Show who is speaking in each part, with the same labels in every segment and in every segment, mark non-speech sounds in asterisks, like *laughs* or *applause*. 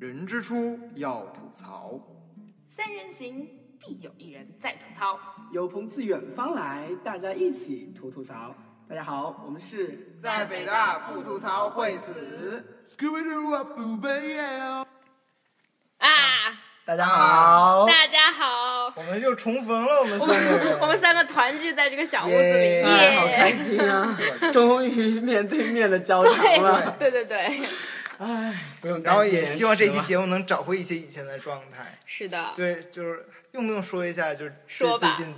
Speaker 1: 人之初要吐槽，
Speaker 2: 三人行必有一人在吐槽。
Speaker 3: 有朋自远方来，大家一起吐吐槽。大家好，我们是
Speaker 4: 在北大不吐槽会死。
Speaker 2: 啊！
Speaker 3: 大家好，
Speaker 2: 大家好，
Speaker 4: 我们又重逢了，我们
Speaker 2: 我
Speaker 4: 哦三个
Speaker 2: 们
Speaker 4: 人。
Speaker 2: *laughs* 我们三个团聚在这个小屋子里，
Speaker 4: 耶
Speaker 3: 哎，
Speaker 2: 耶
Speaker 3: 好开心啊！终于面对面的交
Speaker 4: *laughs*
Speaker 3: 谈了，
Speaker 2: 对对对对，
Speaker 3: 哎，不用
Speaker 4: *laughs* 然
Speaker 3: 担
Speaker 4: 后
Speaker 3: 心
Speaker 4: 也
Speaker 3: 延迟
Speaker 4: 希望这期
Speaker 3: 了
Speaker 4: 节目能找回一些以前的状态。
Speaker 2: 是的，
Speaker 4: 对，就是用不用说一下？就是
Speaker 2: 说
Speaker 4: 最
Speaker 2: 吧
Speaker 4: 近，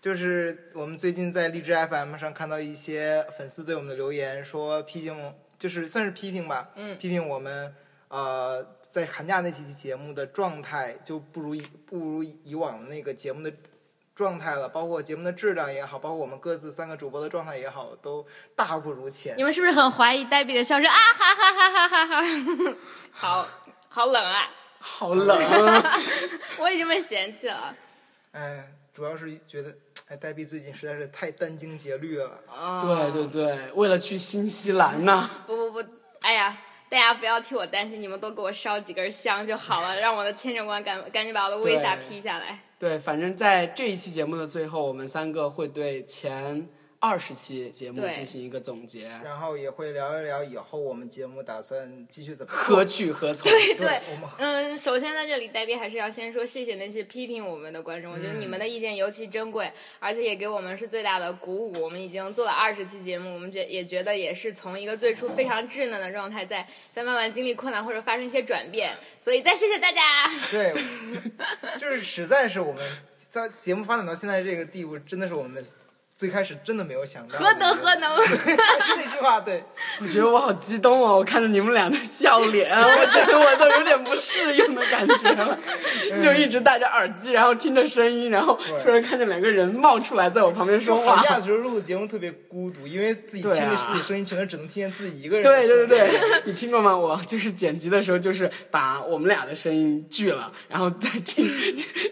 Speaker 4: 就是我们最近在荔枝 FM 上看到一些粉丝对我们的留言，说批评，就是算是批评吧，
Speaker 2: 嗯
Speaker 4: 批评我们呃在寒假那期节目的状态就不如以不如以往那个节目的状态了，包括节目的质量也好，包括我们各自三个主播的状态也好，都大不如前
Speaker 2: 你。们是不是很怀疑黛比的笑声啊？哈哈哈哈哈 *laughs* 哈！好好
Speaker 4: *laughs*
Speaker 2: 冷啊！
Speaker 3: 好冷啊，
Speaker 2: 我已经被嫌弃了。
Speaker 4: 嗯，主要是觉得哎，呆逼最近实在是太殚精竭虑了。
Speaker 2: 啊
Speaker 3: 对对对，为了去新西兰呢，
Speaker 2: 不不不，哎呀，大家不要替我担心，你们多给我烧几根香就好了，让我的签证官赶赶紧把我的 visa 批下来。
Speaker 3: 对，反正在这一期节目的最后，我们三个会对前二十期节目
Speaker 2: 对
Speaker 3: 进行一个总结，
Speaker 4: 然后也会聊一聊以后我们节目打算继续怎么做
Speaker 3: 何去何从？
Speaker 2: 对
Speaker 4: 对我们
Speaker 2: 嗯，首先在这里，呆逼还是要先说谢谢那些批评我们的观众，我觉
Speaker 4: 嗯
Speaker 2: 得你们的意见尤其珍贵，而且也给我们是最大的鼓舞。我们已经做了二十期节目，我们觉也觉得也是从一个最初非常稚嫩的状态在，在慢慢经历困难或者发生一些转变，所以再谢谢大家。
Speaker 4: 对，就是实在是我们在节目发展到现在这个地步，真的是我们最开始真的没有想到的，
Speaker 2: 何德何能？ *laughs*
Speaker 4: 还 *laughs* 是那句话，对，
Speaker 3: 我觉得我好激动哦！我看着你们俩的笑脸，啊我觉得我都有点不适应的感觉了，
Speaker 4: 嗯
Speaker 3: 就一直戴着耳机，然后听着声音，然后突然看见两个人冒出来在我旁边说话
Speaker 4: 寒。假的时候录节目特别孤独，因为自己听
Speaker 3: 对啊
Speaker 4: 着自己声音，全都只能听见自己一个人。
Speaker 3: 对对对。对，你听过吗？我就是剪辑的时候，就是把我们俩的声音聚了，然后再听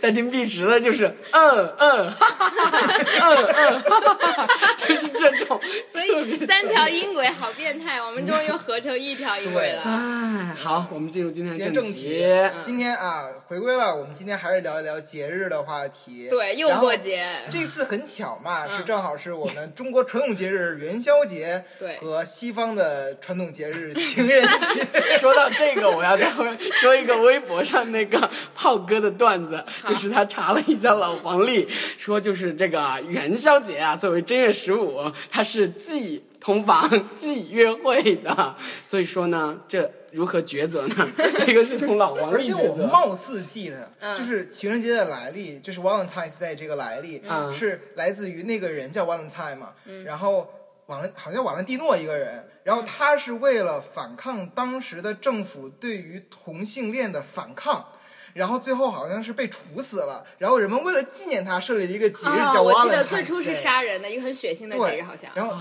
Speaker 3: 再听壁纸的，就是嗯嗯哈哈哈哈，嗯嗯哈哈哈哈，就是这种。
Speaker 2: 所以三条音轨好变态，我们终于又合成一条音轨了。
Speaker 3: 哎，好，我们进入今天
Speaker 4: 今天
Speaker 3: 的
Speaker 4: 正
Speaker 3: 题
Speaker 4: 题。，嗯今天啊回归了，我们今天还是聊一聊节日的话题。
Speaker 2: 对，又
Speaker 4: 然后
Speaker 2: 过节，
Speaker 4: *laughs* 这次很巧嘛，
Speaker 2: 嗯
Speaker 4: 是正好是我们中国传统节日元宵节
Speaker 2: *laughs* 对
Speaker 4: 和西方的传统节日情人
Speaker 2: *laughs*
Speaker 4: 节。
Speaker 3: *laughs* 说到这个，我要再会说一个微博上那个炮哥的段子，就是他查了一下老黄历，说就是这个元宵节啊，作为正月十五，它是忌同房、 *laughs* 忌约会的，所以说呢，这如何抉择呢？ *laughs* 这个是从老黄
Speaker 4: 而
Speaker 3: 历
Speaker 4: 且
Speaker 3: 抉
Speaker 4: 我
Speaker 3: 择。
Speaker 4: 貌似记得，
Speaker 2: 嗯
Speaker 4: 就是情人节的来历，就是 Valentine's Day 这个来历、
Speaker 3: 嗯
Speaker 4: 是来自于那个人叫 Valentine 嘛，
Speaker 2: 嗯
Speaker 4: 然后瓦伦好像瓦伦蒂诺一个人，然后他是为了反抗当时的政府对于同性恋的反抗。然后最后好像是被处死了，然后人们为了纪念他设立了一个节日
Speaker 2: 啊，
Speaker 4: 叫 Valentine's Day、
Speaker 2: 我记得最初是杀人的一个很血腥的节
Speaker 4: 对，
Speaker 2: 日，好像。
Speaker 4: 然后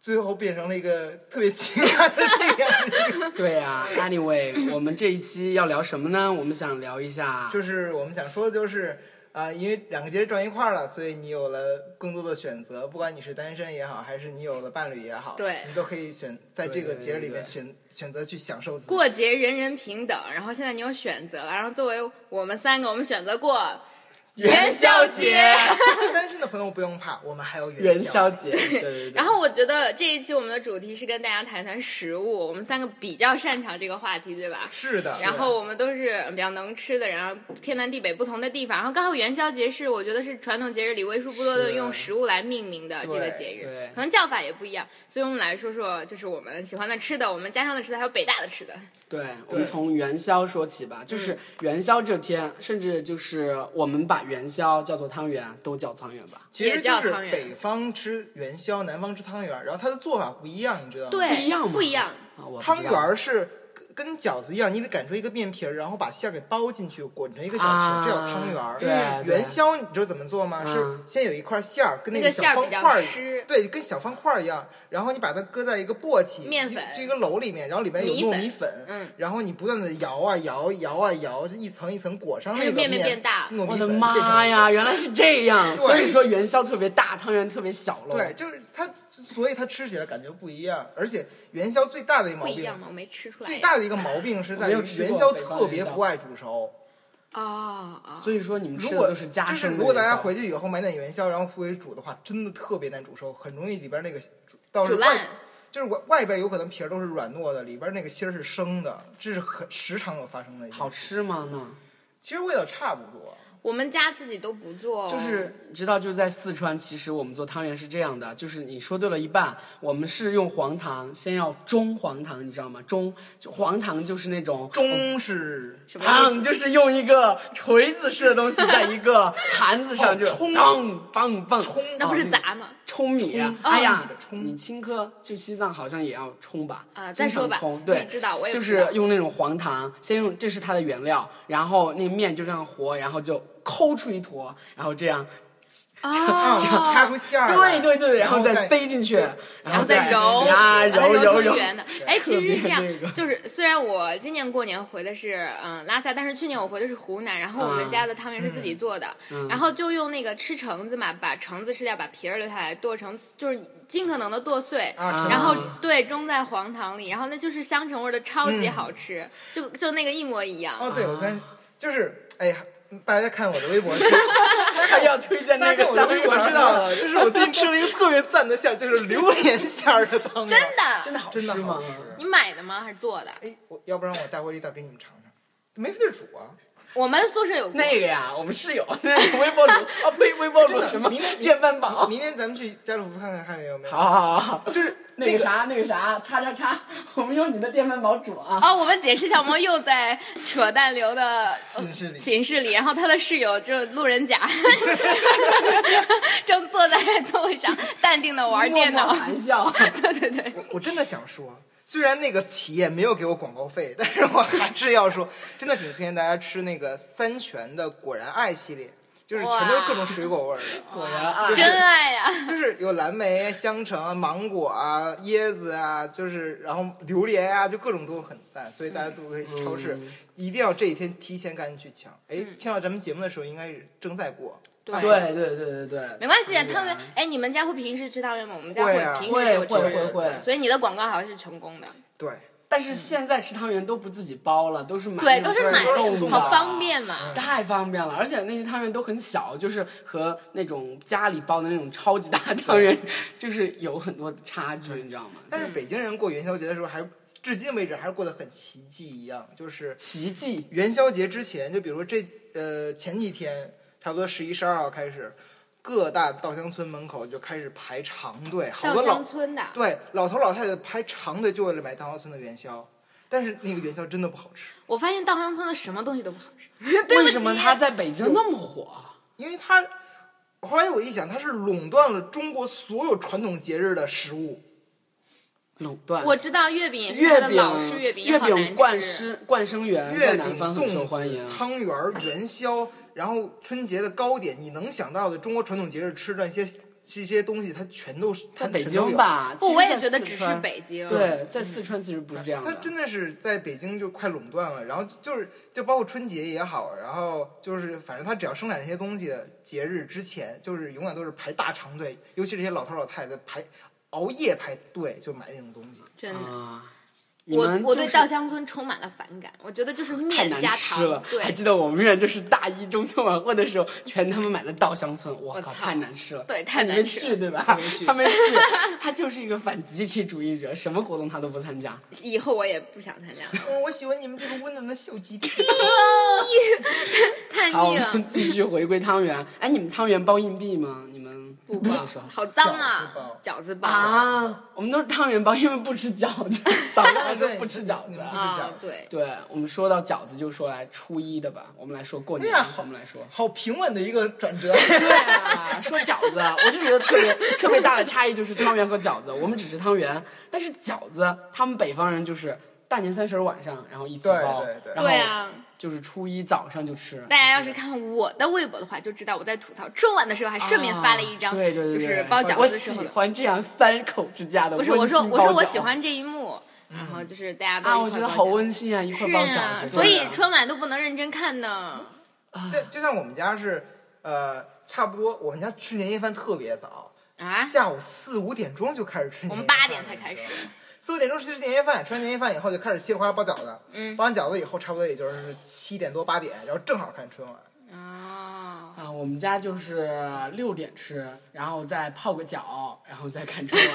Speaker 4: 最后变成了一个特别情感的这样的一个，
Speaker 3: *laughs* 对呀、a n y w a y 我们这一期要聊什么呢？我们想聊一
Speaker 4: *laughs*
Speaker 3: 下，
Speaker 4: 就是我们想说的就是。啊、因为两个节日撞一块儿了，所以你有了更多的选择。不管你是单身也好，还是你有了伴侣也好，
Speaker 2: 对
Speaker 4: 你都可以选在这个
Speaker 3: 对对
Speaker 4: 节日里面
Speaker 3: 对
Speaker 4: 选选择去享受自己。
Speaker 2: 过节人人平等，然后现在你有选择了，然后作为我们三个，我们选择过
Speaker 3: 元宵节
Speaker 4: 单身的朋友不用怕，我们还有元
Speaker 3: 元宵节，对对对。
Speaker 2: 然后我觉得这一期我们的主题是跟大家谈谈食物，我们三个比较擅长这个话题，对吧？
Speaker 4: 是的，
Speaker 3: 啊
Speaker 2: 然后我们都是比较能吃的，然后天南地北不同的地方，然后刚好元宵节是我觉得是传统节日里为数不多的
Speaker 3: 是
Speaker 2: 用食物来命名的这个
Speaker 4: 对
Speaker 2: 节日
Speaker 3: 对，
Speaker 2: 可能叫法也不一样，所以我们来说说就是我们喜欢的吃的，我们家乡的吃的，还有北大的吃的，
Speaker 3: 对，我们从元宵说起吧，
Speaker 4: 嗯
Speaker 3: 就是元宵这天，甚至就是我们把元宵叫做汤圆，都叫汤圆吧，
Speaker 4: 其实就
Speaker 2: 也叫
Speaker 4: 是
Speaker 2: 汤圆
Speaker 4: 北方吃元宵，南方吃汤圆儿，然后它的做法不一样，你知道吗？
Speaker 2: 对，
Speaker 3: 不一样吗
Speaker 2: 不一样。
Speaker 3: 啊，我不知道
Speaker 4: 汤圆儿是跟跟饺子一样，你得擀出一个面皮儿，然后把馅儿给包进去，滚成一个小球，
Speaker 3: 啊
Speaker 4: 这叫汤圆儿。
Speaker 3: 对
Speaker 2: 嗯
Speaker 3: 对
Speaker 4: 元宵你知道怎么做吗？
Speaker 3: 嗯
Speaker 4: 是先有一块馅儿，跟
Speaker 2: 那
Speaker 4: 个
Speaker 2: 个
Speaker 4: 小
Speaker 2: 馅儿
Speaker 4: 方
Speaker 2: 比较
Speaker 4: 块儿
Speaker 2: 湿，
Speaker 4: 对，跟小方块儿一样，然后你把它搁在一个簸箕
Speaker 2: 面粉
Speaker 4: 这个篓里面，然后里面有
Speaker 2: 米
Speaker 4: 糯
Speaker 2: 粉
Speaker 4: 米粉，
Speaker 2: 嗯，
Speaker 4: 然后你不断的摇啊摇，摇啊摇，就一层一层裹上
Speaker 2: 它
Speaker 4: 那
Speaker 2: 就
Speaker 4: 个
Speaker 2: 面面变大
Speaker 4: 糯米粉
Speaker 3: 我的
Speaker 4: 变成
Speaker 3: 妈呀，原来是这样，
Speaker 4: 对
Speaker 3: 所以说元宵特别大，汤圆特别小喽。
Speaker 4: 对，就是它所以它吃起来感觉不一样。而且元宵最大的一个毛
Speaker 2: 不一
Speaker 4: 病，
Speaker 2: 样吗？我没吃出来呀。
Speaker 4: 最大的一个毛病是在于
Speaker 3: 我没有吃过
Speaker 4: 元宵
Speaker 3: 北方
Speaker 4: 特别
Speaker 3: 元宵
Speaker 4: 不爱煮熟。
Speaker 2: 啊啊！
Speaker 3: 所以说你们
Speaker 4: 如
Speaker 3: 吃
Speaker 4: 果
Speaker 3: 的都是加
Speaker 4: 就是
Speaker 3: 生的元宵。
Speaker 4: 如果大家回去以后买点元宵，然后回去煮的话，真的特别难煮熟，很容易里边那个煮到是
Speaker 2: 煮
Speaker 4: 外
Speaker 2: 烂，
Speaker 4: 就是外外边有可能皮儿都是软糯的，里边那个芯儿是生的，这是很时常有发生的一件事。
Speaker 3: 好吃哦吗
Speaker 4: 哦
Speaker 3: 呢？
Speaker 4: 其实味道差不多。
Speaker 2: 我们家自己都不做哦，
Speaker 3: 就是你知道，就在四川，其实我们做汤圆是这样的，就是你说对了一半，我们是用黄糖，先要中黄糖，你知道吗？中就黄糖就是那种
Speaker 4: 中是
Speaker 2: 什么意
Speaker 3: 汤
Speaker 2: 思？
Speaker 3: 就是用一个锤子式的东西在一个盘子上
Speaker 4: 哦
Speaker 3: 就
Speaker 4: 冲
Speaker 3: 当当当
Speaker 4: 冲
Speaker 2: 那不是
Speaker 3: 哦
Speaker 2: 砸吗？
Speaker 3: 冲米
Speaker 4: 冲，
Speaker 3: 哎
Speaker 4: 大
Speaker 3: 呀
Speaker 4: 米的，冲
Speaker 3: 你青稞去西藏好像也要冲吧？
Speaker 2: 啊
Speaker 3: 经
Speaker 2: 再说
Speaker 3: 常
Speaker 2: 吧
Speaker 3: 冲，
Speaker 2: 你
Speaker 3: 对，
Speaker 2: 知道我也
Speaker 3: 就
Speaker 2: 不
Speaker 3: 是
Speaker 2: 知道
Speaker 3: 用那种黄糖，先用这是它的原料，然后那面就这样和，然后就抠出一坨，然后这样，
Speaker 2: 啊
Speaker 4: 这样掐出馅儿来，
Speaker 3: 对对对，然
Speaker 4: 后
Speaker 3: 后再
Speaker 4: 再
Speaker 3: 塞进去， *laughs* 然
Speaker 2: 然后
Speaker 3: 再
Speaker 2: 再揉，
Speaker 3: 呀
Speaker 2: 然后
Speaker 3: 揉揉揉
Speaker 2: 成，圆的。哎，其实是这样
Speaker 3: 特别那个，
Speaker 2: 就是虽然我今年过年回的是嗯拉萨，但是去年我回的是湖南，然后我
Speaker 3: 嗯
Speaker 2: 们家的汤圆是自己做的，然后就用那个吃橙子嘛，把橙子吃掉，把皮儿留下来剁成，就是尽可能的剁碎。
Speaker 4: 啊，成
Speaker 2: 然后
Speaker 4: 泥
Speaker 2: 对中在黄糖里，然后那就是香橙味儿的，超
Speaker 3: 嗯
Speaker 2: 级好吃，就就那个一模一样。
Speaker 4: 哦，对，
Speaker 3: 啊
Speaker 4: 我昨天就是哎呀，大家看我的微博知道，大家
Speaker 3: *laughs* 要推
Speaker 4: *laughs*
Speaker 3: 荐那
Speaker 4: 大家
Speaker 3: 个
Speaker 4: 看我的微博
Speaker 3: 汤圆
Speaker 4: 知道了，就是我最近吃了一个特别赞的馅儿，就是榴莲馅儿的汤圆，
Speaker 2: 真的，
Speaker 3: 真的好
Speaker 4: 真的
Speaker 3: 吃
Speaker 4: 好
Speaker 3: 吗？
Speaker 4: 吃。
Speaker 2: 你买的吗？还是做的？
Speaker 4: 哎，我要不然我带回一袋给你们尝尝，没地儿煮啊。
Speaker 2: 我们宿舍有过
Speaker 3: *laughs* 那个呀，我们室友那个 *laughs* 微波炉啊，呸，微波
Speaker 4: 真
Speaker 3: 炉
Speaker 4: 的
Speaker 3: 什么
Speaker 4: 明天
Speaker 3: 电饭煲，
Speaker 4: 明天咱们去家乐福看看看有没有。
Speaker 3: 好好好好，
Speaker 4: 就是
Speaker 3: 那个啥那个啥，叉叉叉， *laughs* 我们用你的电饭煲煮啊。
Speaker 2: 哦，我们解释一下，我们又在扯淡流的呃
Speaker 4: 寝室里
Speaker 2: 寝室里，然后他的室友就是路
Speaker 4: *laughs*
Speaker 2: 人甲，正坐在座位上淡定的 *laughs* 玩电脑
Speaker 3: 默。默含笑，
Speaker 2: *laughs*
Speaker 3: 啊
Speaker 2: 对对对，
Speaker 4: 我真的想说，虽然那个企业没有给我广告费，但是我还是要说，真的挺推荐大家吃那个三全的果然爱系列，就是全都是各种水果味儿的，
Speaker 3: 果然啊，
Speaker 2: 真爱呀、
Speaker 4: *laughs* 就是有蓝莓、香橙啊、芒果啊、椰子啊，就是然后榴莲啊，就各种都很赞，所以大家就可以去超市，一定要这一天提前赶紧去抢。哎，听到咱们节目的时候，应该是正在过。
Speaker 2: 对
Speaker 3: 对对对对对，
Speaker 2: 没关系，汤圆。哎，你们家会平时吃汤圆吗？我们家
Speaker 4: 会啊
Speaker 2: 平时就
Speaker 3: 会
Speaker 2: 吃。
Speaker 3: 会会
Speaker 2: 所以你的广告好像是成功的，
Speaker 4: 对，
Speaker 3: 但是现在吃汤圆都不自己包了，都是买
Speaker 2: 对，
Speaker 3: 那种
Speaker 2: 都是买
Speaker 4: 对
Speaker 3: 冻
Speaker 4: 都
Speaker 2: 的，
Speaker 4: 是嗯
Speaker 2: 好方便嘛。
Speaker 3: 太方便了，而且那些汤圆都很小，就是和那种家里包的那种超级大的汤圆，就是有很多的差距，你知道吗？
Speaker 4: 但是北京人过元宵节的时候，还是至今为止还是过得很奇迹一样，就是
Speaker 3: 奇迹，
Speaker 4: 元宵节之前，就比如说这呃前几天，差不多十一、十二号开始，各大稻香村门口就开始排长队，好
Speaker 2: 稻
Speaker 4: 多老
Speaker 2: 香村的，
Speaker 4: 对老头老太太排长队就为了买稻香村的元宵，但是那个元宵真的不好吃，
Speaker 2: 我发现稻香村的什么东西都不好吃。 *laughs* 对不
Speaker 3: 为
Speaker 2: 起
Speaker 3: 什么它在北京那么火？
Speaker 4: 因为它后来我一想，它是垄断了中国所有传统节日的食物，
Speaker 3: 垄断，
Speaker 2: 我知道月饼也是它
Speaker 3: 啊月
Speaker 2: 的
Speaker 3: 饼
Speaker 2: 老式月饼，
Speaker 3: 月
Speaker 2: 好难
Speaker 3: 饼灌
Speaker 2: 吃。
Speaker 3: 生灌生园
Speaker 4: 月
Speaker 3: 在
Speaker 4: 饼
Speaker 3: 南、方很受
Speaker 4: 粽
Speaker 3: 欢
Speaker 4: 子
Speaker 3: 迎、。啊
Speaker 4: 汤圆儿、元宵，然后春节的糕点，你能想到的中国传统节日吃的一些这些东西，它全都是
Speaker 3: 在
Speaker 4: 它
Speaker 3: 北
Speaker 4: 全都
Speaker 3: 京
Speaker 4: 有。
Speaker 3: 吧，
Speaker 2: 不，
Speaker 3: 其
Speaker 2: 我
Speaker 3: 实
Speaker 2: 也觉
Speaker 3: 在
Speaker 2: 得
Speaker 3: 四
Speaker 2: 只是
Speaker 3: 川
Speaker 2: 北京。，
Speaker 3: 对，在四川其实不是这样
Speaker 4: 它
Speaker 3: 的。
Speaker 4: 真的是在北京就快垄断了，然后就是就包括春节也好，然后就是反正它只要生产那些东西，节日之前就是永远都是排大长队，尤其这些老头老太太排熬夜排队就买那种东西。
Speaker 2: 真的。
Speaker 3: 啊，你
Speaker 2: 我
Speaker 3: 们
Speaker 2: 我
Speaker 3: 就
Speaker 2: 对
Speaker 3: 是
Speaker 2: 稻香村充满了反感，我觉得就是
Speaker 3: 太
Speaker 2: 面
Speaker 3: 难
Speaker 2: 加
Speaker 3: 吃了
Speaker 2: 糖，。对
Speaker 3: 还，记得我们院就是大一中秋晚会的时候，全他们买的稻香村，我
Speaker 2: 我
Speaker 3: 靠，
Speaker 2: 操
Speaker 3: 太难吃了。
Speaker 2: 对太
Speaker 3: 你
Speaker 2: 难
Speaker 3: 们
Speaker 2: 吃
Speaker 3: 去对吧？
Speaker 4: 去
Speaker 3: 他们去， *laughs* 他就是一个反集体主义者，什么活动他都不参加。
Speaker 2: 以后我也不想参
Speaker 3: *laughs*
Speaker 2: 加了，
Speaker 4: 嗯，我喜欢你们这个温暖的小 *laughs* 集体。
Speaker 2: 叛
Speaker 3: 好，我
Speaker 2: 逆了
Speaker 3: 们，继续回归汤圆。哎，你们汤圆包硬币吗？你们
Speaker 2: 不
Speaker 3: 不
Speaker 2: 包
Speaker 3: 是，
Speaker 2: 好脏啊，饺子包
Speaker 3: 啊？我们都是汤圆包，因为不吃饺
Speaker 4: *laughs*
Speaker 3: 子，早上都不吃饺
Speaker 4: 对你们。不吃饺
Speaker 3: 子
Speaker 4: 子
Speaker 2: 啊，对，
Speaker 3: 对，我们说到饺子就说来初一的吧，我们来说过
Speaker 4: 哎
Speaker 3: 年，
Speaker 4: 呀，好
Speaker 3: 我们来说。
Speaker 4: 好平稳的一个转 *laughs* 折。
Speaker 3: 对啊，说饺子，我就觉得
Speaker 4: *laughs*
Speaker 3: 特别特别大的差异就是汤圆和饺子，我们只是汤圆，但是饺子，他们北方人就是大年三十晚上，然后一起包，
Speaker 4: 对对对啊
Speaker 3: 然后
Speaker 2: 对啊
Speaker 3: 就是初一早上就吃。
Speaker 2: 大家要是看我的微博的话，就知道我在吐槽春晚的时候，还顺便发了一张，
Speaker 3: 啊对对对，
Speaker 2: 就是
Speaker 3: 对
Speaker 2: 包饺
Speaker 3: 我
Speaker 2: 子的时
Speaker 3: 喜
Speaker 2: 候，
Speaker 3: 欢这样三口之家的
Speaker 2: 不
Speaker 3: 温
Speaker 2: 是
Speaker 3: 馨
Speaker 2: 我
Speaker 3: 包饺
Speaker 2: 说
Speaker 3: 子。
Speaker 2: 我说我喜欢这一幕，然后就是大家都一
Speaker 3: 啊，我
Speaker 2: 块
Speaker 3: 觉得
Speaker 2: 包
Speaker 3: 好
Speaker 2: 饺子
Speaker 3: 温馨啊，一块包
Speaker 2: 是
Speaker 3: 饺
Speaker 2: 啊
Speaker 3: 子。
Speaker 2: 所
Speaker 3: 对
Speaker 2: 以
Speaker 3: 啊
Speaker 2: 春晚都不能认真看呢。
Speaker 4: 这就像我们家是，呃，差不多我们家吃年夜饭特别早，
Speaker 2: 啊，
Speaker 4: 下午四五点钟就开始吃年夜饭了，
Speaker 2: 我们八点才开始
Speaker 4: 你知道吗。四五点钟吃年夜饭，吃完年夜饭以后就开始稀里哗啦包饺子，嗯，包完饺子以后差不多也就是七点多八点，然后正好看春晚。
Speaker 2: 哦，
Speaker 3: 啊，我们家就是六点吃，然后再泡个脚，然后再看春晚。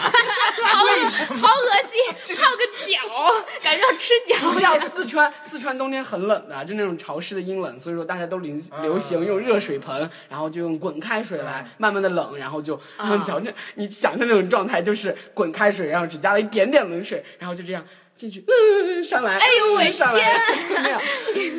Speaker 2: *laughs* 好恶好恶心，泡个脚，感觉要吃
Speaker 3: *laughs* 你知
Speaker 2: 脚。
Speaker 3: 道四川四川冬天很冷啊的，就那种潮湿的阴冷，所以说大家都流
Speaker 2: 嗯
Speaker 3: 流行用热水盆，然后就用滚开水来慢慢的冷，然后就
Speaker 2: 啊
Speaker 3: *laughs* 然后脚这你想象那种状态就是滚开水，然后只加了一点点冷水，然后就这样。进去，嗯，上来，
Speaker 2: 哎呦我
Speaker 3: 上来， *laughs* 就那样，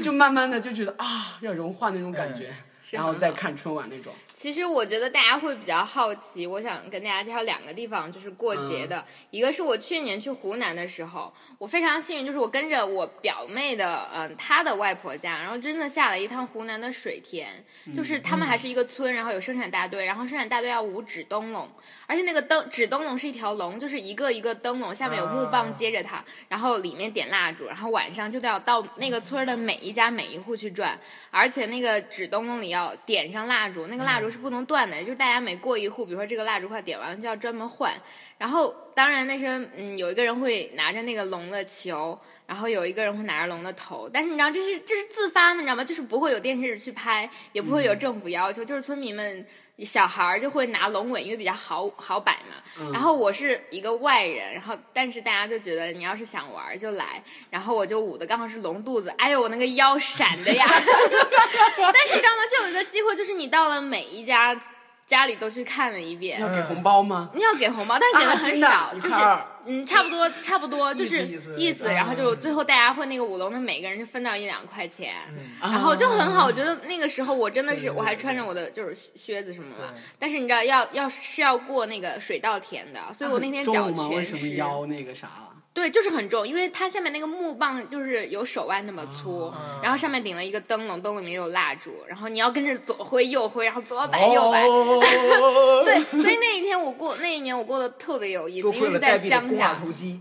Speaker 3: 就慢慢的就觉得啊，要融化那种感
Speaker 2: 嗯
Speaker 3: 觉，然后再看春晚那种。
Speaker 2: 其实我觉得大家会比较好奇，我想跟大家介绍两个地方，就是过节的。
Speaker 3: 嗯
Speaker 2: 一个是我去年去湖南的时候，我非常幸运，就是我跟着我表妹的，嗯、她的外婆家，然后真的下了一趟湖南的水田，就是他们还是一个村，然后有生产大队，然后生产大队要舞纸灯笼，而且那个灯纸灯笼是一条龙，就是一个一个灯笼，下面有木棒接着它，然后里面点蜡烛，然后晚上就得要到那个村儿的每一家每一户去转，而且那个纸灯笼里要点上蜡烛，那个蜡烛是不能断的，就是大家每过一户，比如说这个蜡烛快点完了，就要专门换。然后当然那时候嗯，有一个人会拿着那个龙的球，然后有一个人会拿着龙的头，但是你知道这是这是自发的，你知道吗？就是不会有电视去拍，也不会
Speaker 3: 嗯
Speaker 2: 有政府要求，就是村民们。小孩儿就会拿龙尾，因为比较好好摆
Speaker 3: 嗯
Speaker 2: 嘛。然后我是一个外人，然后但是大家就觉得你要是想玩儿就来，然后我就舞的刚好是龙肚子，哎呦我那个腰闪
Speaker 3: *laughs*
Speaker 2: 的呀！ *laughs* 但是你知道吗？就有一个机会，就是你到了每一家家里都去看了一遍
Speaker 3: 要，给红包吗？
Speaker 2: 你要给红包，但是给的
Speaker 3: 啊
Speaker 2: 嗯很
Speaker 3: 真
Speaker 2: 少，
Speaker 3: 的一
Speaker 2: 就
Speaker 3: 块
Speaker 2: 是
Speaker 3: 二
Speaker 2: 嗯，差不多差不多就是
Speaker 4: 意思
Speaker 2: 意
Speaker 4: 意
Speaker 2: 思，
Speaker 4: 思
Speaker 2: 然后就最后大家会那个舞龙的每个人就分到一两块钱，
Speaker 3: 啊
Speaker 2: 然后就很好。我觉得那个时候我真的是我还穿着我的就是靴子什么的，但是你知道要要是要过那个水稻田的，所以我那天脚
Speaker 3: 重吗？为
Speaker 2: 全
Speaker 3: 什么
Speaker 2: 湿。
Speaker 3: 腰那个啥了？
Speaker 2: 对，就是很重，因为它下面那个木棒就是有手腕那么粗，然后上面顶了一个灯笼，灯笼里面有蜡烛，然后你要跟着左挥右挥，然后左摆右摆。 *laughs*
Speaker 3: 哦
Speaker 2: 对，所以那一天我过，那一年我过得特别有意思，
Speaker 4: 多
Speaker 2: 因
Speaker 4: 亏
Speaker 2: 为是
Speaker 4: 了
Speaker 2: 在
Speaker 4: 代币的
Speaker 2: 乡
Speaker 4: 肱
Speaker 2: 下
Speaker 4: 二，头
Speaker 2: *laughs*
Speaker 4: 肌，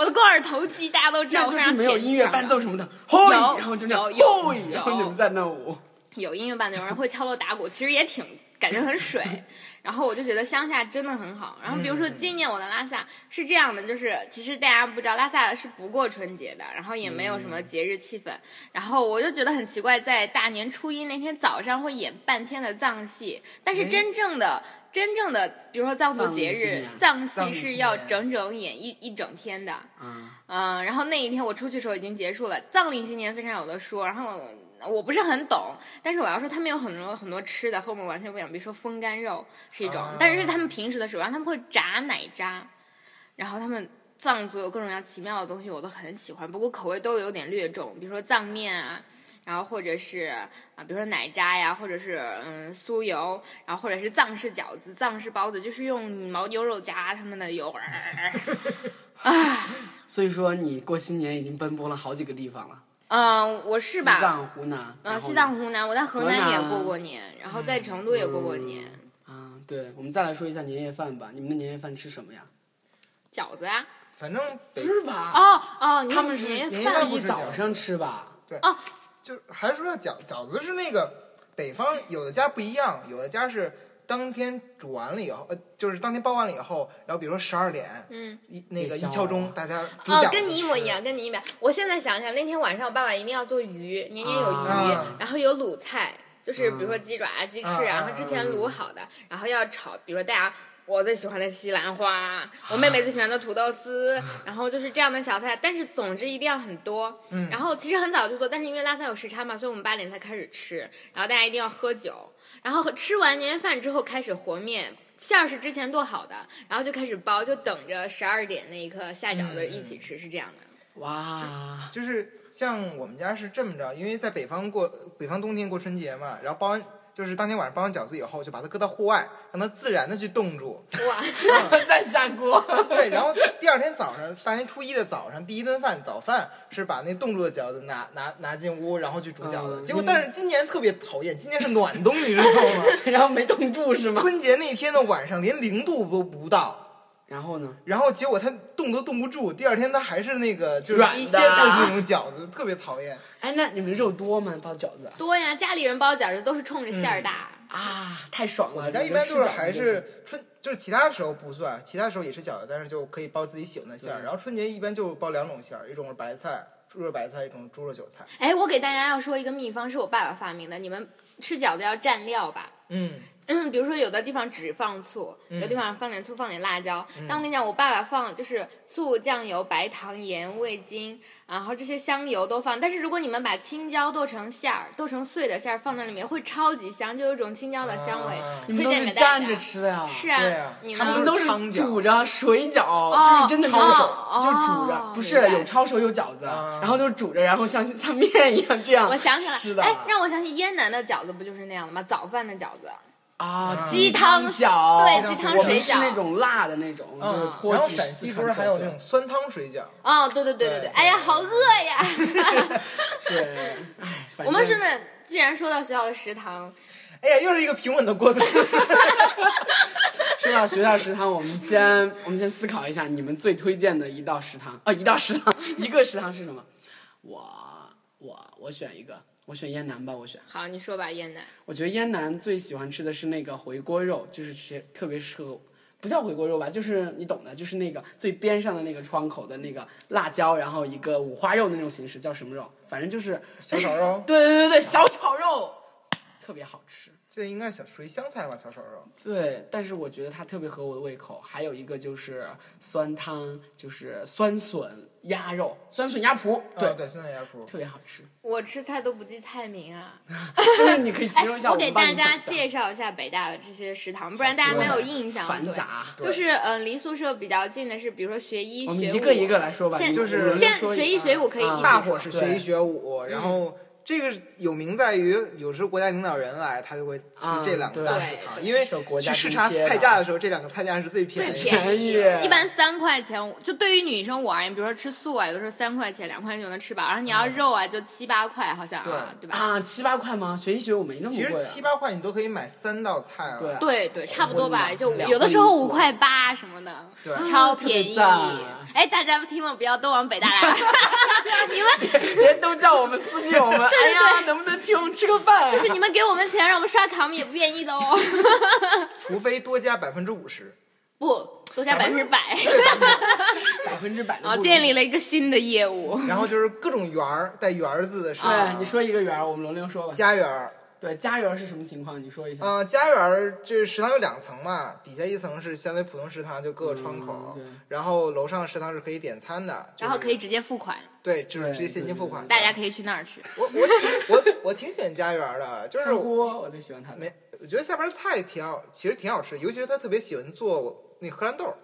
Speaker 2: 我的肱二头肌大家都知道，
Speaker 3: 那
Speaker 2: 我
Speaker 3: 就
Speaker 2: 非
Speaker 3: 是
Speaker 2: 常
Speaker 3: 没有
Speaker 2: 虔
Speaker 3: 音乐
Speaker 2: 诚
Speaker 3: 伴
Speaker 2: 的
Speaker 3: 奏什么的，吼，
Speaker 2: 有
Speaker 3: 然后就那样，
Speaker 2: 有有
Speaker 3: 吼，然后你们在那舞，
Speaker 2: 有音乐伴奏，有人会敲锣打鼓，其实也挺感觉很水。然后我就觉得乡下真的很好。然后比如
Speaker 3: 嗯
Speaker 2: 说今年我的拉萨是这样的，就是其实大家不知道拉萨是不过春节的，然后也没有什么
Speaker 3: 嗯
Speaker 2: 节日气氛。然后我就觉得很奇怪，在大年初一那天早上会演半天的藏戏，但是真正的。真正的，比如说藏族节
Speaker 3: 啊
Speaker 2: 日，藏
Speaker 4: 藏
Speaker 2: 戏
Speaker 4: 戏
Speaker 2: 是
Speaker 4: 是
Speaker 2: 要
Speaker 4: 呀
Speaker 2: 整整演一一整天的。
Speaker 3: 嗯，
Speaker 2: 嗯，然后那一天我出去的时候已经结束了，藏历新年非常有的说，然后我不是很懂，但是我要说他们有很多很多吃的和我们完全不一样，比如说风干肉是一种，
Speaker 4: 啊
Speaker 2: 但是他们平时的时候，然后他们会炸奶渣，然后他们藏族有各种各样奇妙的东西，我都很喜欢，不过口味都有点略重，比如说藏面啊。然后或者是啊，比如说奶渣呀，或者是嗯酥油，然后或者是藏式饺子、藏式包子，就是用牦牛肉夹他们的油， *laughs*
Speaker 3: 所以说你过新年已经奔波了好几个地方了，
Speaker 2: 嗯，我是
Speaker 3: 西
Speaker 2: 吧？
Speaker 3: 藏、湖南，
Speaker 2: 啊，
Speaker 3: 然后
Speaker 2: 西藏、湖南，我在河南
Speaker 3: 河
Speaker 2: 也
Speaker 3: 南
Speaker 2: 过过年，然后在成都也过过年，
Speaker 3: 啊，对，我们再来说一下年夜饭吧，你们的年夜饭吃什么呀？
Speaker 2: 饺子啊，
Speaker 4: 反正北
Speaker 3: 是吧？
Speaker 2: 哦哦，你
Speaker 3: 他们
Speaker 2: 有
Speaker 3: 是
Speaker 2: 年夜
Speaker 4: 年夜
Speaker 2: 饭
Speaker 4: 饭
Speaker 3: 一
Speaker 4: 不吃饺子
Speaker 3: 早上吃吧？
Speaker 4: 就是还是说要饺饺子是那个北方有的家不一样，有的家是当天煮完了以后，呃，就是当天包完了以后，然后比如说十二点，
Speaker 2: 嗯，
Speaker 4: 一那个
Speaker 3: 也
Speaker 4: 一
Speaker 3: 香
Speaker 4: 敲钟，大家煮饺
Speaker 2: 哦
Speaker 4: 子，
Speaker 2: 跟你一模一
Speaker 4: 吃。
Speaker 2: 样，跟你一模一样。我现在想起来，那天晚上我爸爸一定要做鱼，年年有鱼，
Speaker 4: 啊
Speaker 2: 然后有卤菜，就是比如说鸡爪啊、鸡翅啊，
Speaker 4: 啊
Speaker 2: 然后之前卤好的，然后要炒，比如说大家。我最喜欢的西兰花，我妹妹最喜欢的土豆丝，然后就是这样的小菜，但是总之一定要很多。嗯，然后其实很早就做，但是因为拉萨有时差嘛，所以我们八点才开始吃，然后大家一定要喝酒，然后吃完年夜饭之后开始和面，馅儿是之前剁好的，然后就开始包，就等着十二点那一刻下饺子一起吃，是这样的。 *laughs*
Speaker 3: 哇，
Speaker 4: 就是像我们家是这么着，因为在北方过北方冬天过春节嘛，然后包完就是当天晚上包完饺子以后，就把它搁到户外，让它自然的去冻
Speaker 3: *laughs*
Speaker 4: 住。
Speaker 2: 哇，
Speaker 3: 再下锅，
Speaker 4: 对，然后第二天早上，大年初一的早上，第一顿饭早饭是把那冻住的饺子拿拿拿进屋，然后去煮饺子。
Speaker 3: 嗯
Speaker 4: 结果，但是今年特别讨厌，今年是暖冬，你知道吗？
Speaker 3: *laughs* 然后没冻住是吗？
Speaker 4: 春节那天的晚上连零度都不到，
Speaker 3: 然后呢？
Speaker 4: 然后结果它冻都冻不住，第二天它还是那个就是
Speaker 3: 软的啊
Speaker 4: 鲜的那种饺子，特别讨厌。
Speaker 3: 哎，那你们肉多吗？包饺子？
Speaker 2: 多呀！家里人包饺子都是冲着馅儿大，
Speaker 3: 啊，太爽
Speaker 4: 我
Speaker 3: 了！
Speaker 4: 们家一
Speaker 3: 这
Speaker 4: 般
Speaker 3: 个
Speaker 4: 就是
Speaker 3: 视角
Speaker 4: 还
Speaker 3: 就是
Speaker 4: 春，就是其他时候不算，其他时候也是饺子，但是就可以包自己喜欢的馅儿。
Speaker 3: 对
Speaker 4: 然后春节一般就包两种馅儿，一种是白菜，猪肉白菜，一种猪肉韭菜。
Speaker 2: 哎，我给大家要说一个秘方，是我爸爸发明的。你们吃饺子要蘸料吧？
Speaker 4: 嗯，
Speaker 2: 嗯，比如说有的地方只放醋，有的地方放点醋，放点辣椒。
Speaker 3: 嗯
Speaker 2: 但我跟你讲，我爸爸放就是醋、酱油、白糖、盐、味精，然后这些香油都放。但是如果你们把青椒剁成馅儿，剁成碎的馅儿放在里面，会超级香，就有一种青椒的香味。
Speaker 4: 啊
Speaker 3: 你
Speaker 2: 推
Speaker 3: 们都
Speaker 2: 荐
Speaker 3: 是
Speaker 2: 给大
Speaker 3: 蘸
Speaker 2: 家。
Speaker 3: 着吃的呀？
Speaker 2: 是啊，
Speaker 4: 对啊
Speaker 2: 你
Speaker 4: 他
Speaker 3: 我
Speaker 4: 们
Speaker 3: 们
Speaker 2: 呢？
Speaker 4: 都
Speaker 3: 都
Speaker 4: 是汤
Speaker 3: 是
Speaker 4: 饺
Speaker 3: 煮着水饺，就是真的
Speaker 2: 哦
Speaker 3: 就是
Speaker 2: 哦
Speaker 3: 就煮着
Speaker 2: 哦，
Speaker 3: 不
Speaker 2: 明
Speaker 3: 是
Speaker 2: 白
Speaker 3: 有抄手有饺子，
Speaker 4: 啊
Speaker 3: 然后就煮着，然后像 *laughs* 像面一样这样。
Speaker 2: 我想起来，
Speaker 3: 吃的
Speaker 2: 哎，让我想起燕南的饺子不就是那样的吗？早饭的饺子，
Speaker 3: 啊，
Speaker 4: 嗯
Speaker 2: 鸡汤
Speaker 3: 饺，
Speaker 2: 对，
Speaker 4: 鸡
Speaker 2: 鸡
Speaker 4: 汤
Speaker 2: 汤
Speaker 3: 哦我
Speaker 2: 水
Speaker 3: 们是
Speaker 2: 饺，
Speaker 3: 那种辣的那种，就是
Speaker 4: 嗯然
Speaker 3: 泼
Speaker 4: 后
Speaker 3: 几
Speaker 4: 陕
Speaker 3: 四
Speaker 4: 西
Speaker 3: 川
Speaker 4: 不是还
Speaker 3: 特
Speaker 4: 有
Speaker 3: 色
Speaker 4: 那种酸汤水饺？
Speaker 2: 哦，对对对对对，
Speaker 4: 对
Speaker 2: 哎呀，好饿呀！ *laughs*
Speaker 3: 对，
Speaker 4: *laughs*
Speaker 3: 哎，反
Speaker 2: 我们
Speaker 3: 正
Speaker 2: 是不是既然说到学校的食堂，
Speaker 4: 哎呀，又是一个平稳的
Speaker 3: *laughs*
Speaker 4: 过渡。
Speaker 3: 说到学校食堂，我们先我们先思考一下，你们最推荐的一道食堂啊、一道食堂， *laughs* 一个食堂是什么？我我我选一个，我选燕南吧，我选。
Speaker 2: 好，你说吧，燕南，
Speaker 3: 我觉得燕南最喜欢吃的是那个回锅肉，就是其实特别适合，不叫回锅肉吧，就是你懂的，就是那个最边上的那个窗口的那个辣椒，然后一个五花肉的那种形式，叫什么肉？反正就是，
Speaker 4: 小炒肉，
Speaker 3: 对对对对，小炒肉，特别好吃。
Speaker 4: 这应该是小属于湘菜吧？小炒肉，
Speaker 3: 对，但是我觉得它特别合我的胃口。还有一个就是酸汤，就是酸笋鸭肉、酸笋鸭脯，对，
Speaker 4: 啊对，酸菜鸭脯。
Speaker 3: 特别好吃。
Speaker 2: 我吃菜都不记菜名啊。
Speaker 3: 就是你可以
Speaker 2: 哎
Speaker 3: 形容一下，
Speaker 2: 我给
Speaker 3: 帮
Speaker 2: 大
Speaker 3: 你
Speaker 2: 家
Speaker 3: 想象
Speaker 2: 介绍一下北大的这些食堂，不然大家没有印象。
Speaker 3: 繁
Speaker 2: 对，
Speaker 3: 杂。
Speaker 4: 对
Speaker 2: 就是呃，离宿舍比较近的是，比如说学医、
Speaker 3: 我们
Speaker 2: 学
Speaker 3: 一
Speaker 2: 武
Speaker 3: 个一个来说吧
Speaker 2: 现
Speaker 4: 就是
Speaker 2: 现
Speaker 3: 轮流说
Speaker 2: 在学医、
Speaker 3: 一
Speaker 2: 学武可以
Speaker 3: 啊
Speaker 2: 一起
Speaker 4: 大
Speaker 2: 说
Speaker 4: 伙是学
Speaker 3: 对嗯
Speaker 4: 医学武，然后这个有名在于，有时候国家领导人来，他就会去
Speaker 3: 啊
Speaker 4: 这两个大市场，
Speaker 2: 对
Speaker 4: 因为
Speaker 3: 受国家
Speaker 4: 去视
Speaker 3: 津
Speaker 4: 察
Speaker 3: 贴的
Speaker 4: 菜价的时候，这两个菜价是最便宜的。
Speaker 2: 最便
Speaker 3: 便宜
Speaker 2: 一般三块钱，就对于女生我而言，比如说吃素啊，有的时候三块钱、两块钱就能吃饱，然后你
Speaker 3: 嗯
Speaker 2: 要肉啊，就七八块好像啊，对吧？
Speaker 3: 啊，七八块吗？学一学我没那么
Speaker 4: 其
Speaker 3: 贵啊。
Speaker 4: 实七八块你都可以买三道菜了。
Speaker 3: 对啊
Speaker 2: 对对，差不多吧，
Speaker 3: 我
Speaker 2: 就
Speaker 3: 两
Speaker 2: 有的时
Speaker 3: 荤
Speaker 2: 候
Speaker 3: 一素
Speaker 2: 五块八什么的，嗯
Speaker 4: 对
Speaker 2: 超
Speaker 3: 特别
Speaker 2: 便宜
Speaker 3: 赞。
Speaker 2: 哎，大家听了不要都往北大
Speaker 3: *laughs*
Speaker 2: 来， *laughs* 你们
Speaker 3: 人都叫我们私信
Speaker 2: *laughs*
Speaker 3: 我们，哎呀，能不能请我们吃个饭、啊？
Speaker 2: 就是你们给我们钱，让我们刷卡，我们也不愿意的哦。
Speaker 4: 除非多加百分之五
Speaker 3: *laughs*
Speaker 4: 十。
Speaker 2: 不，多加百分之百，
Speaker 3: 百分之百的
Speaker 2: 然后
Speaker 3: 不如
Speaker 2: 建立了一个新的业务。
Speaker 4: 然后就是各种圆儿带圆儿字的是
Speaker 2: 嗯
Speaker 3: 哎，你说一个圆儿，我们轮流说吧。
Speaker 4: 家园儿。
Speaker 3: 对，家园是什么情况？你说一下。
Speaker 4: 啊、家园儿这食堂有两层嘛，底下一层是相对普通食堂，就各个窗口，
Speaker 3: 嗯对
Speaker 4: 然后楼上食堂是可以点餐的，就是
Speaker 2: 然后可以直接付款，
Speaker 4: 对，就是直接
Speaker 3: 对
Speaker 4: 现
Speaker 3: 对
Speaker 4: 金付
Speaker 3: 对
Speaker 4: 款。
Speaker 2: 大家可以去那儿去。
Speaker 4: 我我我我挺喜欢家园儿的，就是
Speaker 3: 香锅，我最喜欢它的。
Speaker 4: 没，我觉得下边菜挺好，其实挺好吃，尤其是他特别喜欢做那荷兰豆儿，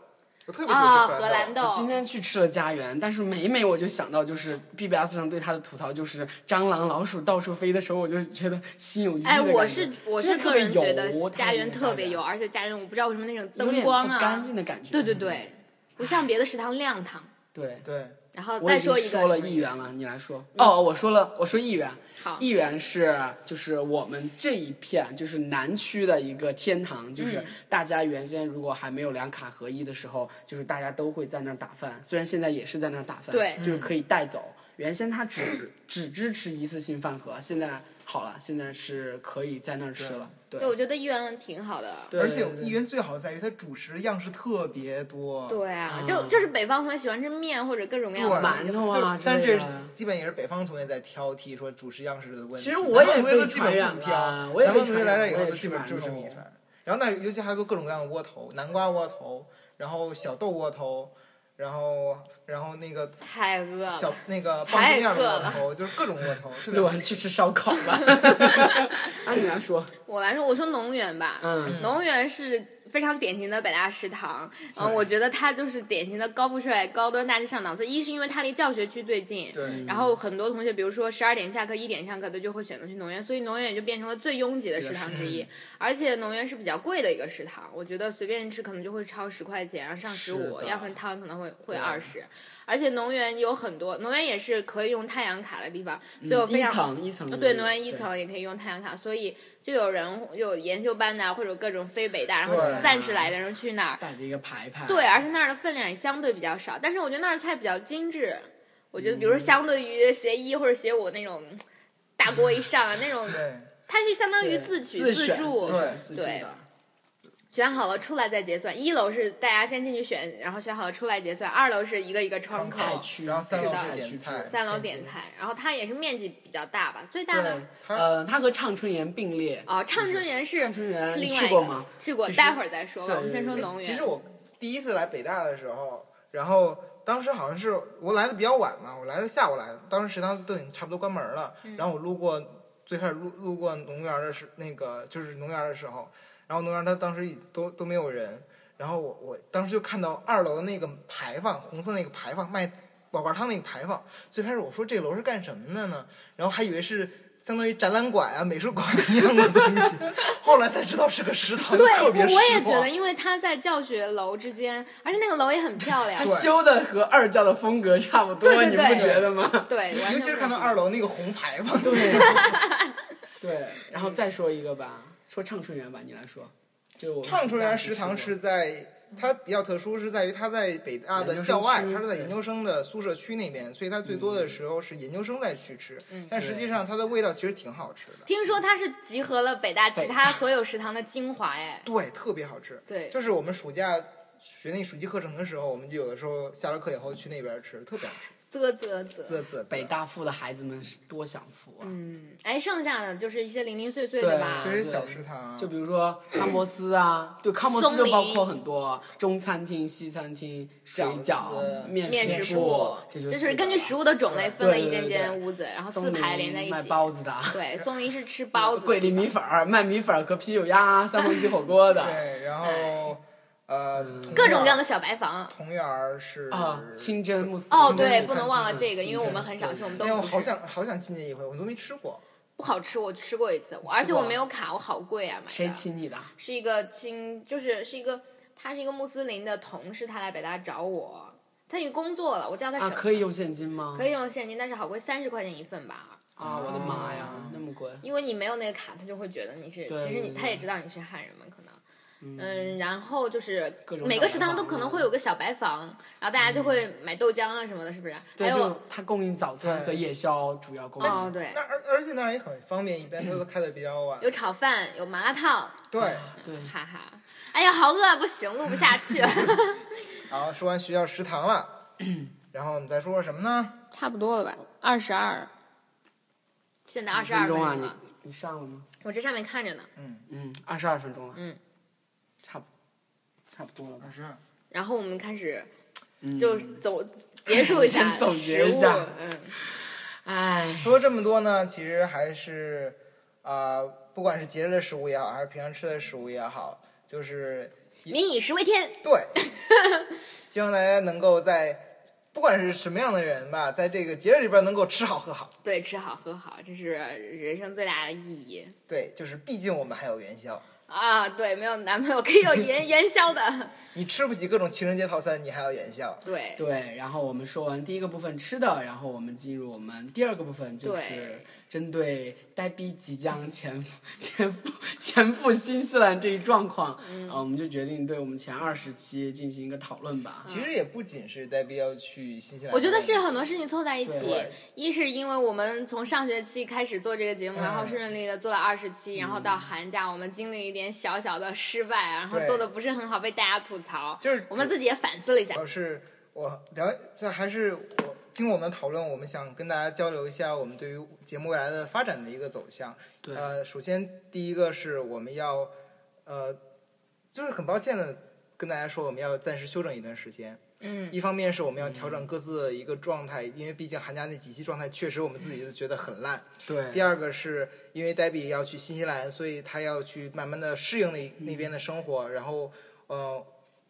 Speaker 4: 我特别喜欢
Speaker 2: 啊，
Speaker 4: 吃
Speaker 2: 荷
Speaker 4: 荷兰
Speaker 2: 兰
Speaker 4: 豆儿。
Speaker 2: 豆
Speaker 3: 我，今天去吃了家园，但是每每我就想到，就是 BBS 上对它的吐槽，就是蟑螂、老鼠到处飞的时候，我就觉得心有余悸的
Speaker 2: 哎，
Speaker 3: 感觉
Speaker 2: 我是我
Speaker 3: 就是特
Speaker 2: 个
Speaker 3: 别
Speaker 2: 人
Speaker 3: 油
Speaker 2: 觉得
Speaker 3: 它
Speaker 2: 家
Speaker 3: 那
Speaker 2: 园
Speaker 3: 个
Speaker 2: 特别
Speaker 3: 园
Speaker 2: 油，而且家园我不知道为什么那种
Speaker 3: 有
Speaker 2: 灯
Speaker 3: 点
Speaker 2: 光
Speaker 3: 不干
Speaker 2: 啊，
Speaker 3: 净的嗯感觉。
Speaker 2: 对对对，不像别的食堂亮堂。
Speaker 3: 对。
Speaker 4: 对，
Speaker 2: 然后
Speaker 3: 我
Speaker 2: 再
Speaker 3: 已经
Speaker 2: 一个
Speaker 3: 说了
Speaker 2: 什么嗯
Speaker 3: 议员了，你来说。哦，我说了，我说议员。
Speaker 2: 好
Speaker 3: 议员是就是我们这一片就是南区的一个天堂，
Speaker 2: 嗯
Speaker 3: 就是大家原先如果还没有两卡合一的时候，就是大家都会在那儿打饭，虽然现在也是在那儿打饭，
Speaker 2: 对
Speaker 3: 就是可以带走。原先他只只支持一次性饭盒，现在好了，现在是可以在那儿吃了。对
Speaker 2: 对，我觉得议员挺好的。
Speaker 3: 对
Speaker 4: 而且
Speaker 3: 对对
Speaker 4: 一元最好在于它主食样式特别多。
Speaker 2: 对啊
Speaker 3: 啊，
Speaker 2: 就就是北方同学喜欢吃面或者各种各样的
Speaker 4: 哦对
Speaker 2: 东西
Speaker 3: 馒头
Speaker 4: 就
Speaker 3: 啊之
Speaker 4: 但
Speaker 3: 类
Speaker 4: 这
Speaker 3: 的
Speaker 4: 基本也是北方同学在挑剔说主食样式的问题。
Speaker 3: 其实我也
Speaker 4: 南方同学
Speaker 3: 被
Speaker 4: 都基本
Speaker 3: 传染
Speaker 4: 不
Speaker 3: 了
Speaker 4: 挑，
Speaker 3: 我也
Speaker 4: 南
Speaker 3: 被
Speaker 4: 方同学
Speaker 3: 传染
Speaker 4: 来这以后
Speaker 3: 我也
Speaker 4: 都基
Speaker 3: 吃
Speaker 4: 本
Speaker 3: 馒
Speaker 4: 就是
Speaker 3: 头
Speaker 4: 米饭，然后那尤其还做各种各样的窝头，南瓜窝头，然后小豆窝头，然后然后那个
Speaker 2: 太饿
Speaker 4: 小
Speaker 2: 了。
Speaker 4: 那
Speaker 3: *laughs*
Speaker 4: 个棒子
Speaker 2: 太
Speaker 4: 面儿的
Speaker 2: 饿
Speaker 4: 窝
Speaker 2: 了
Speaker 4: 头，就是各种窝头，特别
Speaker 3: 录
Speaker 4: 好
Speaker 3: 完去吃烧烤
Speaker 4: *laughs*
Speaker 3: 吧。啊，你来说，
Speaker 2: 我来说，我说农园吧，
Speaker 3: 嗯
Speaker 2: 农园是非常典型的北大食堂，嗯，我觉得它就是典型的高富帅、高端大气上档次。一是因为它离教学区最近，
Speaker 4: 对
Speaker 2: 然后很多同学，比如说十二点下课、一点上课的，就会选择去农园，所以农园也就变成了最拥挤的食堂之一。而且农园是比较贵的一个食堂，我觉得随便吃可能就会超十块钱，然后上十
Speaker 3: 是
Speaker 2: 五，
Speaker 3: 的
Speaker 2: 要份汤可能会会
Speaker 3: 对
Speaker 2: 二十。而且农园有很多，农园也是可以用太阳卡的地方，所以我非
Speaker 3: 嗯一
Speaker 2: 常呃
Speaker 3: 层一层的。
Speaker 2: 对，挪完一层也可以用太阳卡，所以就有人有研修班的啊，或者各种非北大，然后
Speaker 4: 对
Speaker 2: 暂时来的人去那儿。
Speaker 3: 带着一个牌牌。
Speaker 2: 对，而且那儿的分量也相对比较少，但是我觉得那儿的菜比较精致。
Speaker 3: 嗯
Speaker 2: 我觉得，比如说相对于学医或者学武那种大锅一上啊，那种
Speaker 4: 对。
Speaker 2: 它是相当于
Speaker 3: 对
Speaker 2: 自取
Speaker 3: 自
Speaker 2: 自
Speaker 3: 选
Speaker 2: 助
Speaker 3: 自，选自助
Speaker 2: 对
Speaker 3: 的。
Speaker 2: 选好了出来再结算。一楼是大家先进去选，然后选好了出来结算；二楼是一个一个窗
Speaker 4: 菜
Speaker 2: 口，
Speaker 3: 区
Speaker 4: 然后三楼
Speaker 2: 是
Speaker 4: 是
Speaker 2: 的
Speaker 4: 点菜，
Speaker 2: 三楼
Speaker 4: 现
Speaker 2: 点
Speaker 4: 金。
Speaker 2: 菜。然后它也是面积比较大吧，最大
Speaker 3: 对
Speaker 2: 的，
Speaker 4: 它
Speaker 3: 呃，它和畅春园并列。
Speaker 2: 哦，畅春园是
Speaker 3: 畅春园
Speaker 2: 是另
Speaker 3: 你
Speaker 2: 外
Speaker 3: 去
Speaker 2: 一
Speaker 3: 过
Speaker 2: 个
Speaker 3: 吗
Speaker 2: 去过，
Speaker 3: 其实
Speaker 2: 待会儿再说吧。
Speaker 3: 对
Speaker 2: 我们先说
Speaker 3: 对对
Speaker 2: 农园。
Speaker 4: 哎其实我第一次来北大的时候，然后当时好像是我来的比较晚嘛，我来是下午来的，当时食堂都已经差不多关门了。
Speaker 2: 嗯
Speaker 4: 然后我路过最开始路路过农园的时，那个就是农园的时候，然后农园它当时已都都没有人，然后我我当时就看到二楼的那个牌坊，红色那个牌坊卖宝罐汤那个牌坊，最开始我说这楼是干什么的呢？然后还以为是。相当于展览馆啊、美术馆一样的东西，
Speaker 2: *laughs*
Speaker 4: 后来才知道是个食堂，
Speaker 2: 对，
Speaker 4: 特别
Speaker 2: 我我也
Speaker 4: 失
Speaker 2: 觉
Speaker 4: 望
Speaker 2: 得，因为它在教学楼之间，而且那个楼也很漂亮
Speaker 3: *laughs* 它。
Speaker 4: 对
Speaker 3: 修的和二教的风格差不多，
Speaker 2: 对对
Speaker 3: 你
Speaker 2: 对
Speaker 3: 不觉得吗？
Speaker 2: 对，完
Speaker 4: 尤
Speaker 2: 全
Speaker 4: 其是
Speaker 2: 不
Speaker 4: 看到
Speaker 2: 一
Speaker 4: 二
Speaker 2: 样。
Speaker 4: 楼那个红牌坊，对， *laughs*
Speaker 3: 对，然后再说一个吧，说畅春园吧，你来说。就是我们
Speaker 4: 畅春园食
Speaker 3: 实在
Speaker 4: 堂
Speaker 3: 是去
Speaker 4: 是在它比较特殊，是在于它在北大的
Speaker 3: 研究生
Speaker 4: 校外，
Speaker 3: 区
Speaker 4: 它是在
Speaker 3: 对嗯
Speaker 4: 研究生的宿舍区那边，所以它最多的时候是研究生在去吃，但实际上它的味道其实挺好吃的，
Speaker 2: 听说它是集合了北大其他所有食堂的精华，哎，
Speaker 4: 对，特别好吃。
Speaker 2: 对，
Speaker 4: 就是我们暑假学那暑期课程的时候，我们就有的时候下了课以后去那边吃，特别好吃。
Speaker 2: 啧啧啧。
Speaker 4: 啧啧，
Speaker 3: 北大附的孩子们是多享福啊！
Speaker 2: 嗯，哎，剩下的就是一些零零碎碎的吧
Speaker 4: 这
Speaker 3: 对。
Speaker 4: 些小食堂，
Speaker 3: 就比如说康博斯啊，就康博斯
Speaker 2: 松
Speaker 3: 就
Speaker 2: 林
Speaker 3: 包括很多中餐厅、西餐厅、水
Speaker 4: 饺子
Speaker 3: 饺、面
Speaker 2: 面
Speaker 3: 食
Speaker 2: 食部，
Speaker 3: 这
Speaker 2: 就
Speaker 3: 就四
Speaker 2: 是
Speaker 3: 个
Speaker 2: 根据食物的种类分了一间间屋子，然后四
Speaker 3: 松林
Speaker 2: 排连在一
Speaker 3: 卖
Speaker 2: 起。
Speaker 3: 包子的，
Speaker 2: 对，松林是吃包子
Speaker 3: *laughs*
Speaker 2: 的。
Speaker 3: 桂林米粉儿卖米粉儿和啤酒鸭、三文鸡火锅的
Speaker 4: 对，然
Speaker 3: 哎
Speaker 4: 后呃，
Speaker 3: 嗯
Speaker 2: 各种各样的小白房。
Speaker 4: 同园儿是
Speaker 3: 啊，清真穆斯
Speaker 2: 哦，
Speaker 3: 清真
Speaker 2: 对，
Speaker 3: 穆斯
Speaker 2: 不能忘了这个，
Speaker 3: 清
Speaker 2: 因为我
Speaker 3: 真
Speaker 2: 们很少去，我们都
Speaker 4: 哎呦，
Speaker 2: 不
Speaker 4: 我
Speaker 2: 吃
Speaker 4: 好想好想进去一回，我都没吃过。
Speaker 2: 不好吃，我吃过一次，而且我没有卡，我好贵啊，买的。
Speaker 3: 谁请你的？
Speaker 2: 是一个亲，就是是一个，他是一个穆斯林的同事，他来北大找我，他已经工作了，我叫他什
Speaker 3: 啊，
Speaker 2: 么？
Speaker 3: 可以用现金吗？
Speaker 2: 可以用现金，但是好贵，三十块钱一份吧，
Speaker 3: 啊，我的妈呀，那么贵！
Speaker 2: 因为你没有那个卡，他就会觉得你是，
Speaker 3: 对
Speaker 2: 其实你
Speaker 3: 对
Speaker 2: 他也知道你是汉人嘛，可能。嗯，然后就是
Speaker 3: 各种
Speaker 2: 每个
Speaker 3: 小
Speaker 2: 食
Speaker 3: 白
Speaker 2: 堂都
Speaker 3: 房
Speaker 2: 可能
Speaker 3: 啊
Speaker 2: 会有个小白房，然后大家就会买豆浆啊什么的，是不是？还
Speaker 3: 对，就
Speaker 2: 有
Speaker 3: 它供应早餐和夜宵，主要供
Speaker 2: 哦，
Speaker 3: 应。
Speaker 2: 对
Speaker 4: 那，而而且那儿也很方便，一般它都开的比较晚
Speaker 2: 有。炒饭，有麻辣烫，
Speaker 4: 对，
Speaker 3: 对，
Speaker 2: 哈哈。哎呀，好饿啊，不行，录不下
Speaker 3: *laughs*
Speaker 2: 去了，
Speaker 4: 好，说完学校食堂了，然后我们再说说什么呢？
Speaker 2: 差不多了吧？二十二，现在二
Speaker 3: 几
Speaker 2: 十二
Speaker 3: 分
Speaker 2: 分
Speaker 3: 钟啊，
Speaker 2: 钟
Speaker 3: 你
Speaker 2: 了，
Speaker 3: 你上了吗？
Speaker 2: 我这上面看着呢。
Speaker 3: 嗯，二十二分钟了。
Speaker 2: 嗯，
Speaker 3: 差不差不多了吧？
Speaker 4: 是
Speaker 2: 然后我们开始就走、结束一下，
Speaker 3: 嗯 *laughs* 先总结一下
Speaker 2: 食物嗯，
Speaker 3: 哎，
Speaker 4: 说这么多呢，其实还是啊、不管是节日的食物也好，还是平常吃的食物也好，就是
Speaker 2: 民以食为天， *laughs*
Speaker 4: 对，希望大家能够在不管是什么样的人吧，在这个节日里边能够吃好喝好。
Speaker 2: 对，吃好喝好，这是人生最大的意义
Speaker 4: 对，就是毕竟我们还有元宵，
Speaker 2: 啊！对，没有男朋友可以有元元宵
Speaker 3: *laughs*
Speaker 2: 的，
Speaker 4: 你吃不起各种情人节套餐，你还要元宵。
Speaker 2: 对，
Speaker 3: 对，然后我们说完第一个部分吃的，然后我们进入我们第二个部分，就
Speaker 2: 对
Speaker 3: 是针对呆逼即将前赴前赴前赴新西兰这一状况，嗯、我们就决定对我们前二十期进行一个讨论吧。
Speaker 2: 嗯
Speaker 4: 其实也不仅是戴必要去新西兰，
Speaker 2: 我觉得是很多事情凑在一起
Speaker 4: 对，
Speaker 2: 一是因为我们从上学期开始做这个节目，
Speaker 4: 嗯
Speaker 2: 然后顺利的做了二十期，
Speaker 3: 嗯
Speaker 2: 然后到寒假我们经历一点小小的失败，然后
Speaker 4: 对
Speaker 2: 做的不是很好，被大家吐槽，
Speaker 4: 就是
Speaker 2: 我们自己也反思了一下
Speaker 4: 主，要是我了，这还是我经过我们的讨论，我们想跟大家交流一下我们对于节目未来的发展的一个走向。
Speaker 3: 对
Speaker 4: 呃，首先第一个是我们要，呃，就是很抱歉的跟大家说，我们要暂时休整一段时间。
Speaker 2: 嗯，
Speaker 4: 一方面是我们要调整各自的一个状态，因为毕竟寒假那几期状态确实我们自己都觉得很烂。
Speaker 3: 对
Speaker 4: 第二个是因为黛比要去新西兰，所以她要去慢慢的适应那那边的生活，然后，呃，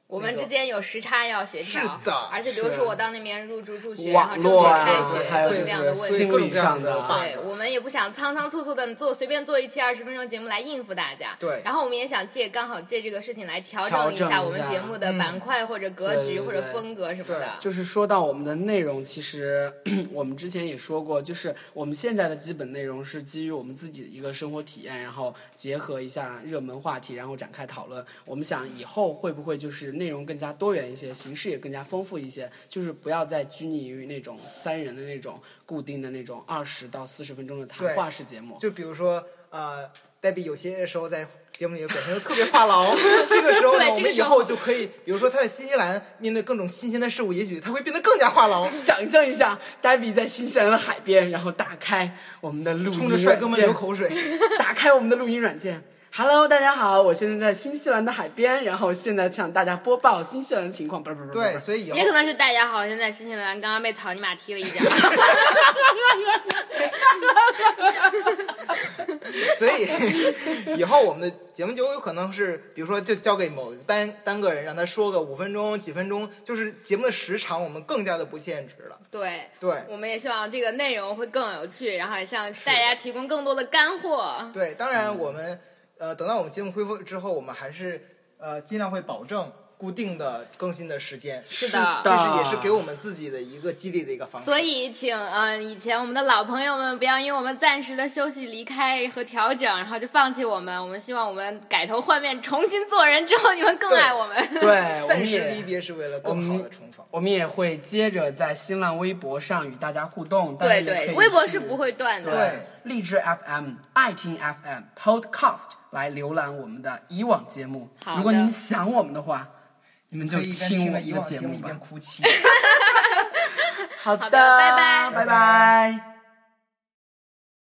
Speaker 2: 我们之间有时差要协调，
Speaker 4: 是的
Speaker 2: 而且比如说我到那边入住住学，然后
Speaker 3: 网
Speaker 2: 正
Speaker 3: 络
Speaker 2: 式
Speaker 3: 啊
Speaker 2: 开
Speaker 4: 对
Speaker 2: 学，
Speaker 4: 对
Speaker 3: 还有
Speaker 2: 各
Speaker 3: 就
Speaker 2: 种各样的
Speaker 3: 是
Speaker 2: 问题。
Speaker 3: 心理
Speaker 4: 嗯各种各
Speaker 3: 上的啊
Speaker 4: 样的 bug
Speaker 2: 对，我们也不想仓仓促促的做随便做一期二十分钟节目来应付大家。
Speaker 4: 对
Speaker 2: 然后我们也想借刚好借这个事情来调
Speaker 3: 调
Speaker 2: 整一
Speaker 3: 整
Speaker 2: 下
Speaker 3: 一
Speaker 2: 我们
Speaker 3: 下
Speaker 2: 节目的板块或者格
Speaker 3: 对
Speaker 2: 局
Speaker 3: 对
Speaker 2: 或者
Speaker 3: 对
Speaker 2: 风格什么的。
Speaker 3: 就是说到我们的内容，其实 *clears throat* 我们之前也说过，就是我们现在的基本内容是基于我们自己的一个生活体验，然后结合一下热门话题，然后展开讨论。我们想以后会不会就是内容更加多元一些，形式也更加丰富一些，就是不要再拘泥于那种三人的那种固定的那种二十到四十分钟的谈话式节目。
Speaker 4: 就比如说呃，黛比有些时候在节目里表现的特别话
Speaker 2: *laughs*
Speaker 4: 痨，这个时候呢，
Speaker 2: 对
Speaker 4: 我
Speaker 2: 这个
Speaker 4: 们以
Speaker 2: 时候
Speaker 4: 后就可以，比如说他在新西兰面对各种新鲜的事物，也许他会变得更加话痨。
Speaker 3: 想象一下，黛比在新西兰的海边，然后打开我们的录音
Speaker 4: 冲着
Speaker 3: 软件，
Speaker 4: 帅哥们流口水，
Speaker 3: 打开我们的录音软件。Hello，大家好，我现在在新西兰的海边，然后现在向大家播报新西兰的情况。不是不是不是
Speaker 4: 对，
Speaker 3: 不是
Speaker 4: 所以以后
Speaker 2: 也可能是大家好，现在新西兰刚刚被草泥马踢了
Speaker 3: *laughs*
Speaker 2: 一脚，
Speaker 4: 所以 *laughs* 以后我们的节目就有可能是，比如说就交给某单单个人，让他说个五分钟、几分钟，就是节目的时长我们更加的不限制了。
Speaker 2: *laughs* 对。
Speaker 4: 对
Speaker 2: 我们也希望这个内容会更有趣，然后也向大家提供更多的干货。
Speaker 4: 对，当然
Speaker 2: 嗯
Speaker 4: 我们呃等到我们节目恢复之后，我们还是呃尽量会保证固定的更新的时间，
Speaker 2: 是的
Speaker 4: 这是也是给我们自己的一个激励的一个方式。
Speaker 2: 所以请，嗯，以前我们的老朋友们不要因为我们暂时的休息、离开和调整，然后就放弃我们。我们希望我们改头换面、重新做人之后，你们更
Speaker 4: 对
Speaker 2: 爱我们。
Speaker 3: 对，
Speaker 4: *laughs*
Speaker 3: 我
Speaker 4: 暂
Speaker 3: 们
Speaker 4: 时离
Speaker 3: 也
Speaker 4: 别是为了更好的
Speaker 3: 嗯
Speaker 4: 重逢。
Speaker 3: 我们也会接着在新浪微博上与大家互动。大家
Speaker 2: 对
Speaker 3: 也可
Speaker 2: 对，
Speaker 3: 以
Speaker 2: 微博
Speaker 3: 去
Speaker 2: 是不会断的。
Speaker 4: 对
Speaker 3: 荔枝 FM、爱听 FM、Podcast 来浏览我们的以往节目
Speaker 2: 好。的
Speaker 3: 如果你们想我们的话，你们就
Speaker 4: 可以一边
Speaker 3: 听我
Speaker 4: 听了
Speaker 3: 们
Speaker 4: 以
Speaker 3: 的
Speaker 4: 往
Speaker 3: 节
Speaker 4: 节目
Speaker 3: 目
Speaker 4: 一
Speaker 3: 吧
Speaker 4: 边。哭泣。
Speaker 3: 好的，
Speaker 2: 好的拜拜
Speaker 3: 拜拜。